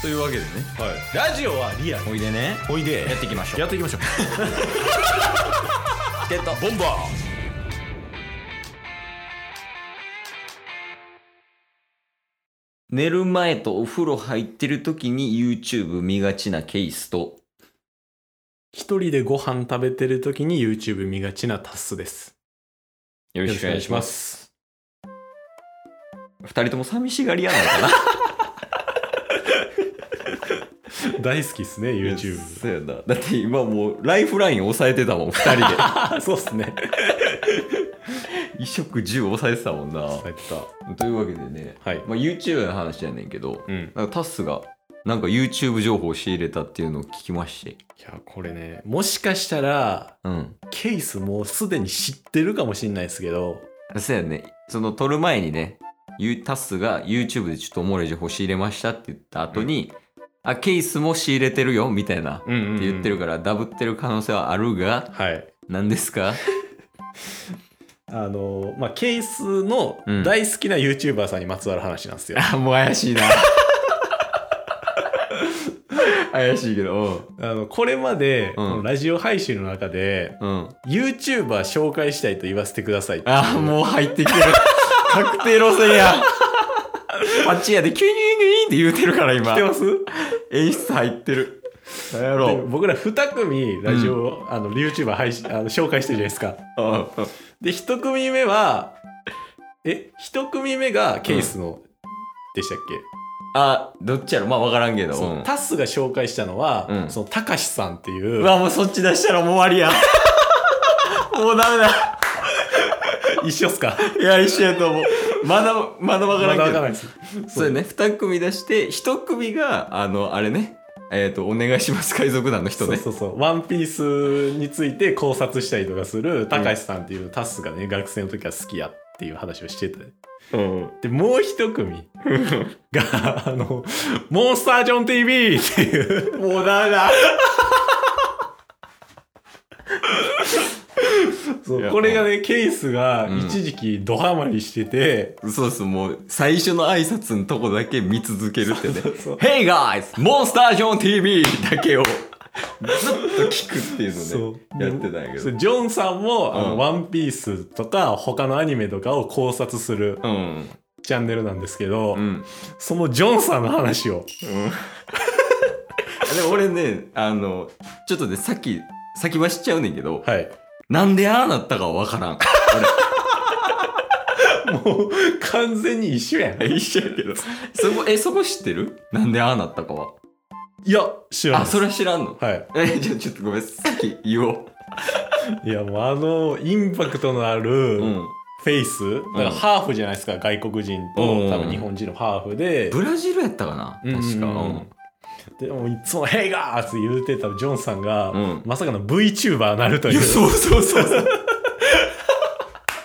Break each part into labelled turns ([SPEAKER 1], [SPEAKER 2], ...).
[SPEAKER 1] というわけでね
[SPEAKER 2] はい、ラジオはリアル
[SPEAKER 1] おいでね
[SPEAKER 2] おいで
[SPEAKER 1] やっていきましょう
[SPEAKER 2] やっていきましょう
[SPEAKER 1] ってた
[SPEAKER 2] ボンバ
[SPEAKER 1] 寝る前とお風呂入ってる時に YouTube 見がちなケースと
[SPEAKER 2] 一人でご飯食べてる時に YouTube 見がちなタスです
[SPEAKER 1] よろしくお願いします
[SPEAKER 2] す
[SPEAKER 1] 二人とも寂しがり屋なのかな
[SPEAKER 2] 大好きっすね YouTube
[SPEAKER 1] そうやなだって今もうライフライン押さえてたもん二人で
[SPEAKER 2] そうっすね
[SPEAKER 1] 一食十押さえてたもんな
[SPEAKER 2] やった
[SPEAKER 1] というわけでね、
[SPEAKER 2] はい
[SPEAKER 1] まあ、YouTube の話やねんけど
[SPEAKER 2] うん
[SPEAKER 1] なんかタスがなんか YouTube 情報を仕入れたっていうのを聞きまして
[SPEAKER 2] いやこれねもしかしたら
[SPEAKER 1] うん
[SPEAKER 2] ケースもうすでに知ってるかもしれないですけど
[SPEAKER 1] そうやねその撮る前にねゆタスが YouTube でちょっとおもろい情報仕入れましたって言った後に、あケースも仕入れてるよみたいなっ
[SPEAKER 2] うんうんうん
[SPEAKER 1] て言ってるから、ダブってる可能性はあるが
[SPEAKER 2] はい
[SPEAKER 1] 何ですか
[SPEAKER 2] あのまあケースの
[SPEAKER 1] うん
[SPEAKER 2] 大好きな YouTuber さんにまつわる話なんですよ、
[SPEAKER 1] あもう怪 しいな怪しいけど
[SPEAKER 2] あのこれまで、
[SPEAKER 1] うん
[SPEAKER 2] このラジオ配信の中で
[SPEAKER 1] うんうん
[SPEAKER 2] YouTuber 紹介したいと言わせてくださいっていう
[SPEAKER 1] あもう入ってきて る確定路線やパッチンやでキュインキュインキュインって言うてるから今
[SPEAKER 2] 知ってます
[SPEAKER 1] 演出入ってる何やろ
[SPEAKER 2] で僕ら2組ラジオ、あの YouTuber 配信あの紹介してるじゃないですか
[SPEAKER 1] うん
[SPEAKER 2] で1組目はえ一1組目がケースの、でしたっ
[SPEAKER 1] あどっちやろまあ分からんけ
[SPEAKER 2] け
[SPEAKER 1] ど
[SPEAKER 2] そうの
[SPEAKER 1] ん
[SPEAKER 2] タスが紹介したのは、
[SPEAKER 1] うん
[SPEAKER 2] そのたかしさんっていうう
[SPEAKER 1] わ、もうそっち出したらもう終わりや。 もうダメだ。
[SPEAKER 2] 一緒っすか
[SPEAKER 1] いや、一緒やと思う。まだ、まだわからん
[SPEAKER 2] ま
[SPEAKER 1] け
[SPEAKER 2] だ
[SPEAKER 1] ど。
[SPEAKER 2] わからないです
[SPEAKER 1] そうやね、二組出して、一組が、あの、あれね、えっ、と、お願いします、海賊団の人ね。
[SPEAKER 2] そうそうそう「ワンピースについて考察したりとかするたかしさんっていうタスがね学生の時は好きやっていう話をしてて
[SPEAKER 1] うん。
[SPEAKER 2] でもう一組 があの「モンスタージョン TV」っていう
[SPEAKER 1] もうダメだ。
[SPEAKER 2] そう
[SPEAKER 1] いや
[SPEAKER 2] これがねケースが
[SPEAKER 1] うん
[SPEAKER 2] 一時期ドハマりしてて、
[SPEAKER 1] そうそう、もう、最初の挨拶のとこだけ見続けるってね。
[SPEAKER 2] そ う
[SPEAKER 1] hey guys! モンスタージョン TV! だけを、ずっと聞くっていうのね、やってたんやけ
[SPEAKER 2] そ
[SPEAKER 1] ど。
[SPEAKER 2] うジョンさんも「あ
[SPEAKER 1] う
[SPEAKER 2] の
[SPEAKER 1] ん
[SPEAKER 2] ワンピースとか他のアニメとかを考察する
[SPEAKER 1] うん。
[SPEAKER 2] チャンネルなんですけど、
[SPEAKER 1] うん。
[SPEAKER 2] そのジョンさんの話を
[SPEAKER 1] うんでも俺ねあのちょっとねさっき先走っちゃうねんけど
[SPEAKER 2] はい
[SPEAKER 1] なんでああなったかは分からん
[SPEAKER 2] もう完全に一緒やん
[SPEAKER 1] 俺一緒やけどそこえそこ知ってるなんでああなったかはい
[SPEAKER 2] や知らない
[SPEAKER 1] あそれは知らんの
[SPEAKER 2] はい
[SPEAKER 1] えじゃあちょっとごめんさっき言おう
[SPEAKER 2] いやもうあのインパクトのある
[SPEAKER 1] うん
[SPEAKER 2] フェイス、だからハーフじゃないですか外国人と、
[SPEAKER 1] うん
[SPEAKER 2] 多分日本人のハーフで、
[SPEAKER 1] ブラジルやったかな確かうん
[SPEAKER 2] でもいつも「ヘイガー!」って言うてたジョンさんが、
[SPEAKER 1] うん
[SPEAKER 2] まさかの VTuber なると
[SPEAKER 1] い
[SPEAKER 2] いう
[SPEAKER 1] やそうそうそうそう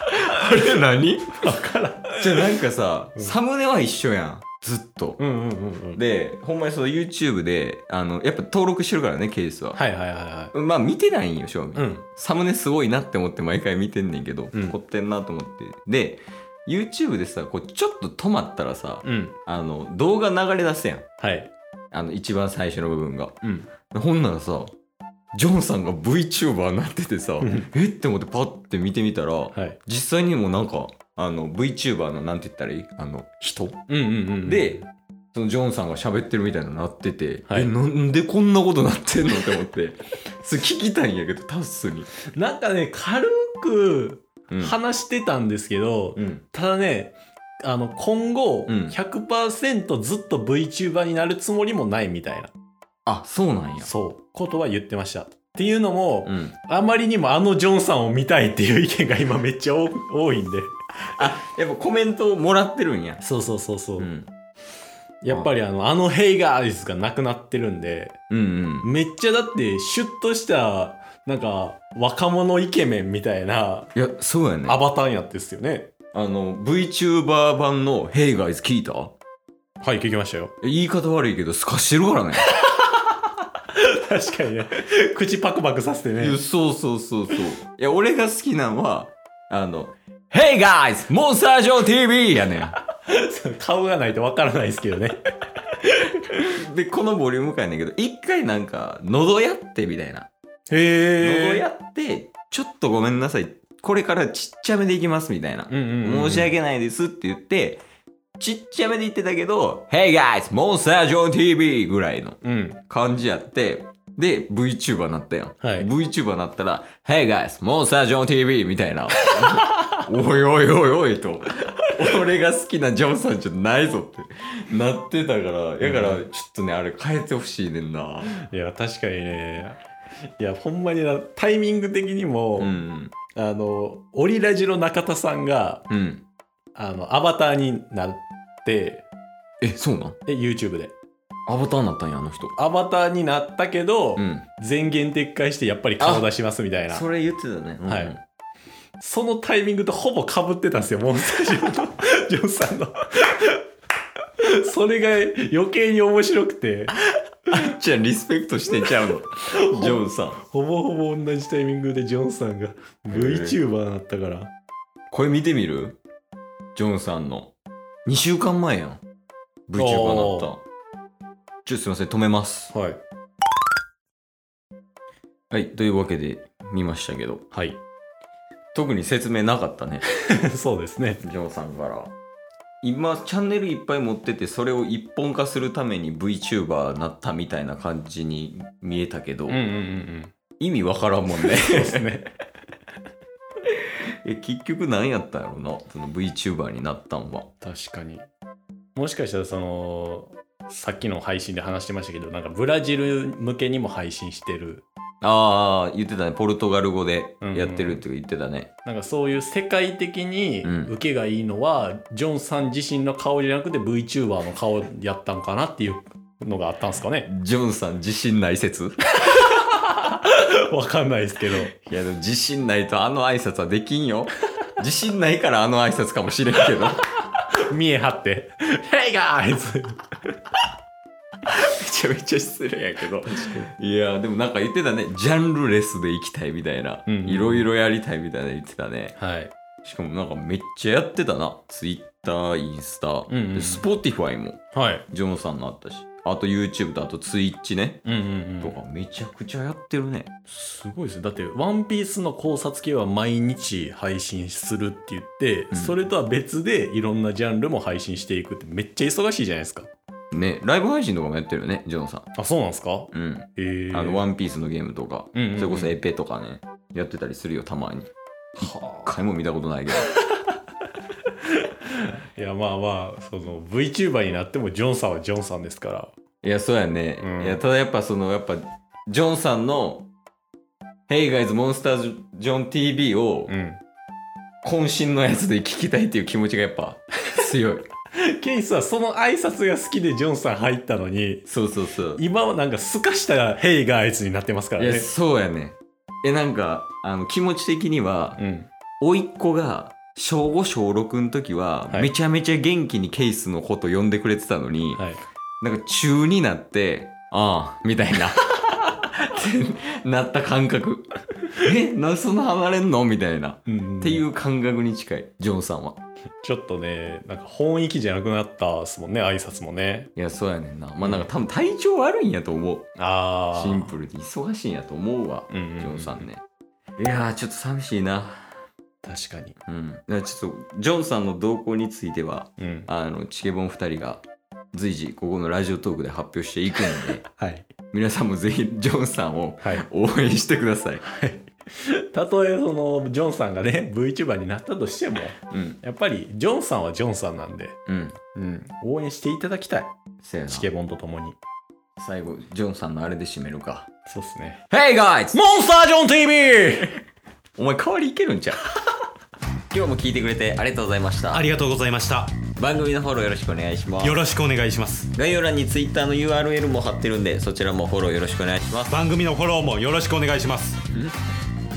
[SPEAKER 1] あれ何
[SPEAKER 2] わからん
[SPEAKER 1] じゃあなんかさ
[SPEAKER 2] うん
[SPEAKER 1] サムネは一緒やんずっと
[SPEAKER 2] うんうんうんうん
[SPEAKER 1] でほんまにその YouTube であのやっぱ登録してるからねケースは
[SPEAKER 2] はいはいはいは
[SPEAKER 1] まあ見てないんよ正味、
[SPEAKER 2] いうん
[SPEAKER 1] サムネすごいなって思って毎回見てんねんけど、
[SPEAKER 2] うん
[SPEAKER 1] 凝ってんなと思ってで YouTube でさこうちょっと止まったらさ
[SPEAKER 2] うん
[SPEAKER 1] あの動画流れ出すやん
[SPEAKER 2] はい
[SPEAKER 1] あの一番最初の部分が
[SPEAKER 2] うん
[SPEAKER 1] ほんならさジョンさんが VTuber になっててさ
[SPEAKER 2] うん
[SPEAKER 1] えって思ってパッて見てみたら
[SPEAKER 2] はい
[SPEAKER 1] 実際にもなんかあの VTuber のなんて言ったらいいあの人
[SPEAKER 2] うんうんうん
[SPEAKER 1] でそのジョンさんが喋ってるみたいになってて、
[SPEAKER 2] はい
[SPEAKER 1] えなんでこんなことなってんのって思って それ聞きたいんやけどタッスに、
[SPEAKER 2] なんかね軽く
[SPEAKER 1] うん
[SPEAKER 2] 話してたんですけど、
[SPEAKER 1] うん、
[SPEAKER 2] ただねあの今後
[SPEAKER 1] うん
[SPEAKER 2] 100%ずっと VTuber になるつもりもないみたいな、
[SPEAKER 1] あそうなんや
[SPEAKER 2] そうことは言ってましたっていうのも、
[SPEAKER 1] うん、
[SPEAKER 2] あまりにもあのジョンさんを見たいっていう意見が今めっちゃ多多いんで
[SPEAKER 1] あやっぱコメントをもらってるんや、
[SPEAKER 2] そうそうそうそう、
[SPEAKER 1] うん、
[SPEAKER 2] やっぱりあの「あのヘイガーイズ」がなくなってるんで
[SPEAKER 1] うんうん
[SPEAKER 2] めっちゃだってシュッとしたなんか若者イケメンみたいない
[SPEAKER 1] やそうやね
[SPEAKER 2] ア
[SPEAKER 1] あ
[SPEAKER 2] バターになってるっすよね、
[SPEAKER 1] の VTuber 版の「Hey guys 聞いた?
[SPEAKER 2] はい聞きましたよ」
[SPEAKER 1] 言い方悪いけど透かしてるからね
[SPEAKER 2] 確かにね 口パクパクさせて
[SPEAKER 1] い
[SPEAKER 2] ね
[SPEAKER 1] やそうそうそうそういや俺が好きなのはあの「Hey guys モンスタージョー TV」やねん
[SPEAKER 2] 顔がないとわからないですけどね
[SPEAKER 1] でこのボリューム感やねんけど一回なんか喉やってみたいな喉
[SPEAKER 2] へ
[SPEAKER 1] や
[SPEAKER 2] え。
[SPEAKER 1] ってちょっとごめんなさいこれからちっちゃめでいきますみたいな、
[SPEAKER 2] うんうんうん
[SPEAKER 1] 申し訳ないですって言ってちっちゃめで言ってたけど「Hey guys! モンスタージョン TV!」ぐらいの
[SPEAKER 2] うん。
[SPEAKER 1] 感じやってで VTuber になったやん、
[SPEAKER 2] はい
[SPEAKER 1] VTuber になったら「Hey guys! モンスタージョン TV!」みたいな「おいおいおいおい」と「俺が好きなジョンさんじゃないぞ」ってなってたからやからちょっとねあれ変えてほしいねんない
[SPEAKER 2] や、確かにね。いや、ほんまにな、タイミング的にも、
[SPEAKER 1] うん
[SPEAKER 2] あの、オリラジの中田さんが、
[SPEAKER 1] うん
[SPEAKER 2] あの、アバターになって、
[SPEAKER 1] えそうなん
[SPEAKER 2] で YouTube で。
[SPEAKER 1] アバターになったんやあの人
[SPEAKER 2] アバターになったけど、
[SPEAKER 1] うん
[SPEAKER 2] 全言撤回してやっぱり顔出しますみたいな。
[SPEAKER 1] それ言ってたね、うん
[SPEAKER 2] はいそのタイミングとほぼ被ってたんですよ、モンスタージョンとジョンさん の。それが余計に面白くて、
[SPEAKER 1] あっちゃんリスペクトしてちゃう のジョンさん
[SPEAKER 2] ほぼほぼ同じタイミングでジョンさんが VTuber になったから。
[SPEAKER 1] これ見てみるジョンさんの。2週間前やん。VTuber になった。ちょっとすいません、止めます。
[SPEAKER 2] はい。
[SPEAKER 1] はい、というわけで見ましたけど、
[SPEAKER 2] はい。
[SPEAKER 1] 特に説明なかったね、
[SPEAKER 2] そうですね。
[SPEAKER 1] ジョンさんから。今、チャンネルいっぱい持ってて、それを一本化するために VTuber になったみたいな感じに見えたけど、
[SPEAKER 2] うん
[SPEAKER 1] 意味わからんもんね。
[SPEAKER 2] そうですね。
[SPEAKER 1] え結局何やったんやろな、その VTuber になったんは。
[SPEAKER 2] 確かに。もしかしたらその、さっきの配信で話してましたけど、なんかブラジル向けにも配信してる、
[SPEAKER 1] ああ、言ってたね、ポルトガル語でやってるって言ってたね。
[SPEAKER 2] なんかそういう世界的に
[SPEAKER 1] うん
[SPEAKER 2] 受けがいいのは、ジョンさん自身の顔じゃなくて VTuber の顔やったんかなっていうのがあったんです かね
[SPEAKER 1] ジョンさん自信ない 説
[SPEAKER 2] わかんないですけど。
[SPEAKER 1] いやでも自信ないとあの挨拶はできんよ自信ないからあの挨拶かもしれんけど め
[SPEAKER 2] 見え張って、Hey guys!
[SPEAKER 1] ちゃめちゃ失礼やけどいやでもなんか言ってたねジャンルレスで行きたいみたいな
[SPEAKER 2] うんうん
[SPEAKER 1] いろいろやりたいみたいな言ってたね
[SPEAKER 2] はい。
[SPEAKER 1] しかもなんかめっちゃやってたなツイッターインスタ、
[SPEAKER 2] んうん
[SPEAKER 1] でスポティファイも
[SPEAKER 2] はい。
[SPEAKER 1] ジョンさんのあったしあと YouTube とあとツイッチね、
[SPEAKER 2] うんうんうん。
[SPEAKER 1] とかめちゃくちゃやってるね
[SPEAKER 2] すごいですね。だって、ワンピースの考察系は毎日配信するって言って、
[SPEAKER 1] うん
[SPEAKER 2] それとは別でいろんなジャンルも配信していくってめっちゃ忙しいじゃないですか。
[SPEAKER 1] ねライブ配信とかもやってるよねジョンさん
[SPEAKER 2] あ、そうなんですか
[SPEAKER 1] うん
[SPEAKER 2] えー、
[SPEAKER 1] あの、ワンピースのゲームとか、
[SPEAKER 2] うんうんうん
[SPEAKER 1] それこそエペとかね、やってたりするよ、たまに。
[SPEAKER 2] はあ
[SPEAKER 1] 一回も見たことないけど。
[SPEAKER 2] いや、まあまあ、その VTuber になってもジョンさんはジョンさんですから。
[SPEAKER 1] いや、そうやね。
[SPEAKER 2] うん
[SPEAKER 1] いや、ただやっぱその、やっぱ、ジョンさんの、Hey guys, Monsters John TV を、
[SPEAKER 2] ん。
[SPEAKER 1] 渾身のやつで聞きたいっていう気持ちがやっぱ 強い。
[SPEAKER 2] ケイスはその挨拶が好きでジョンさん入ったのに、
[SPEAKER 1] そうそうそう。
[SPEAKER 2] 今はなんかすかした「Hey guys」になってますか
[SPEAKER 1] い
[SPEAKER 2] ら
[SPEAKER 1] や、
[SPEAKER 2] ね。
[SPEAKER 1] そうやね。え、なんか、あの、気持ち的には、
[SPEAKER 2] うん。
[SPEAKER 1] 甥っ子が、小5小6の時は、
[SPEAKER 2] はい
[SPEAKER 1] めちゃめちゃ元気にケースのこと呼んでくれてたのに、
[SPEAKER 2] はい。
[SPEAKER 1] なんか中になって、ああ、みたいな。 ってなった感覚。 え、なそんな離れんのみたいな。っ
[SPEAKER 2] うん。
[SPEAKER 1] ていうう感覚に近い、ジョンさんは。
[SPEAKER 2] ちょっとね、なんか本意気じゃなくなったっすもんね、挨拶もね。
[SPEAKER 1] いや、そうやねんな。まあなんか多分体調悪いんやと思う。
[SPEAKER 2] ああ。
[SPEAKER 1] シンプルで忙しいんやと思うわ、
[SPEAKER 2] うんうんうん
[SPEAKER 1] ジョンさんね。いやー、ちょっと寂しいな。
[SPEAKER 2] 確かに。
[SPEAKER 1] うん。だからちょっと、ジョンさんの動向については、
[SPEAKER 2] うん。
[SPEAKER 1] あの、チケボン2人が随時、ここのラジオトークで発表していくので、
[SPEAKER 2] はい。
[SPEAKER 1] 皆さんもぜひ、ジョンさんを
[SPEAKER 2] はい。
[SPEAKER 1] 応援してください。
[SPEAKER 2] たとえその、ジョンさんがね、VTuber になったとしても、
[SPEAKER 1] うん。
[SPEAKER 2] やっぱり、ジョンさんはジョンさんなんで、
[SPEAKER 1] うん。
[SPEAKER 2] うん。応援していただきたい。
[SPEAKER 1] せやな
[SPEAKER 2] チケボンとともに。
[SPEAKER 1] 最後ジョンさんのあれで締めるか
[SPEAKER 2] そうっすね。
[SPEAKER 1] Hey guys!
[SPEAKER 2] モンスタージョン TV!
[SPEAKER 1] お前代わりいけるん ちゃう今日も聞いてくれてありがとうございました
[SPEAKER 3] ありがとうございました。
[SPEAKER 1] 番組のフォローよろしくお願いします
[SPEAKER 3] よろしくお願いします。
[SPEAKER 1] 概要欄に Twitter の URL も貼ってるんでそちらもフォローよろしくお願いします
[SPEAKER 3] 番組のフォローもよろしくお願いします。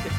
[SPEAKER 3] す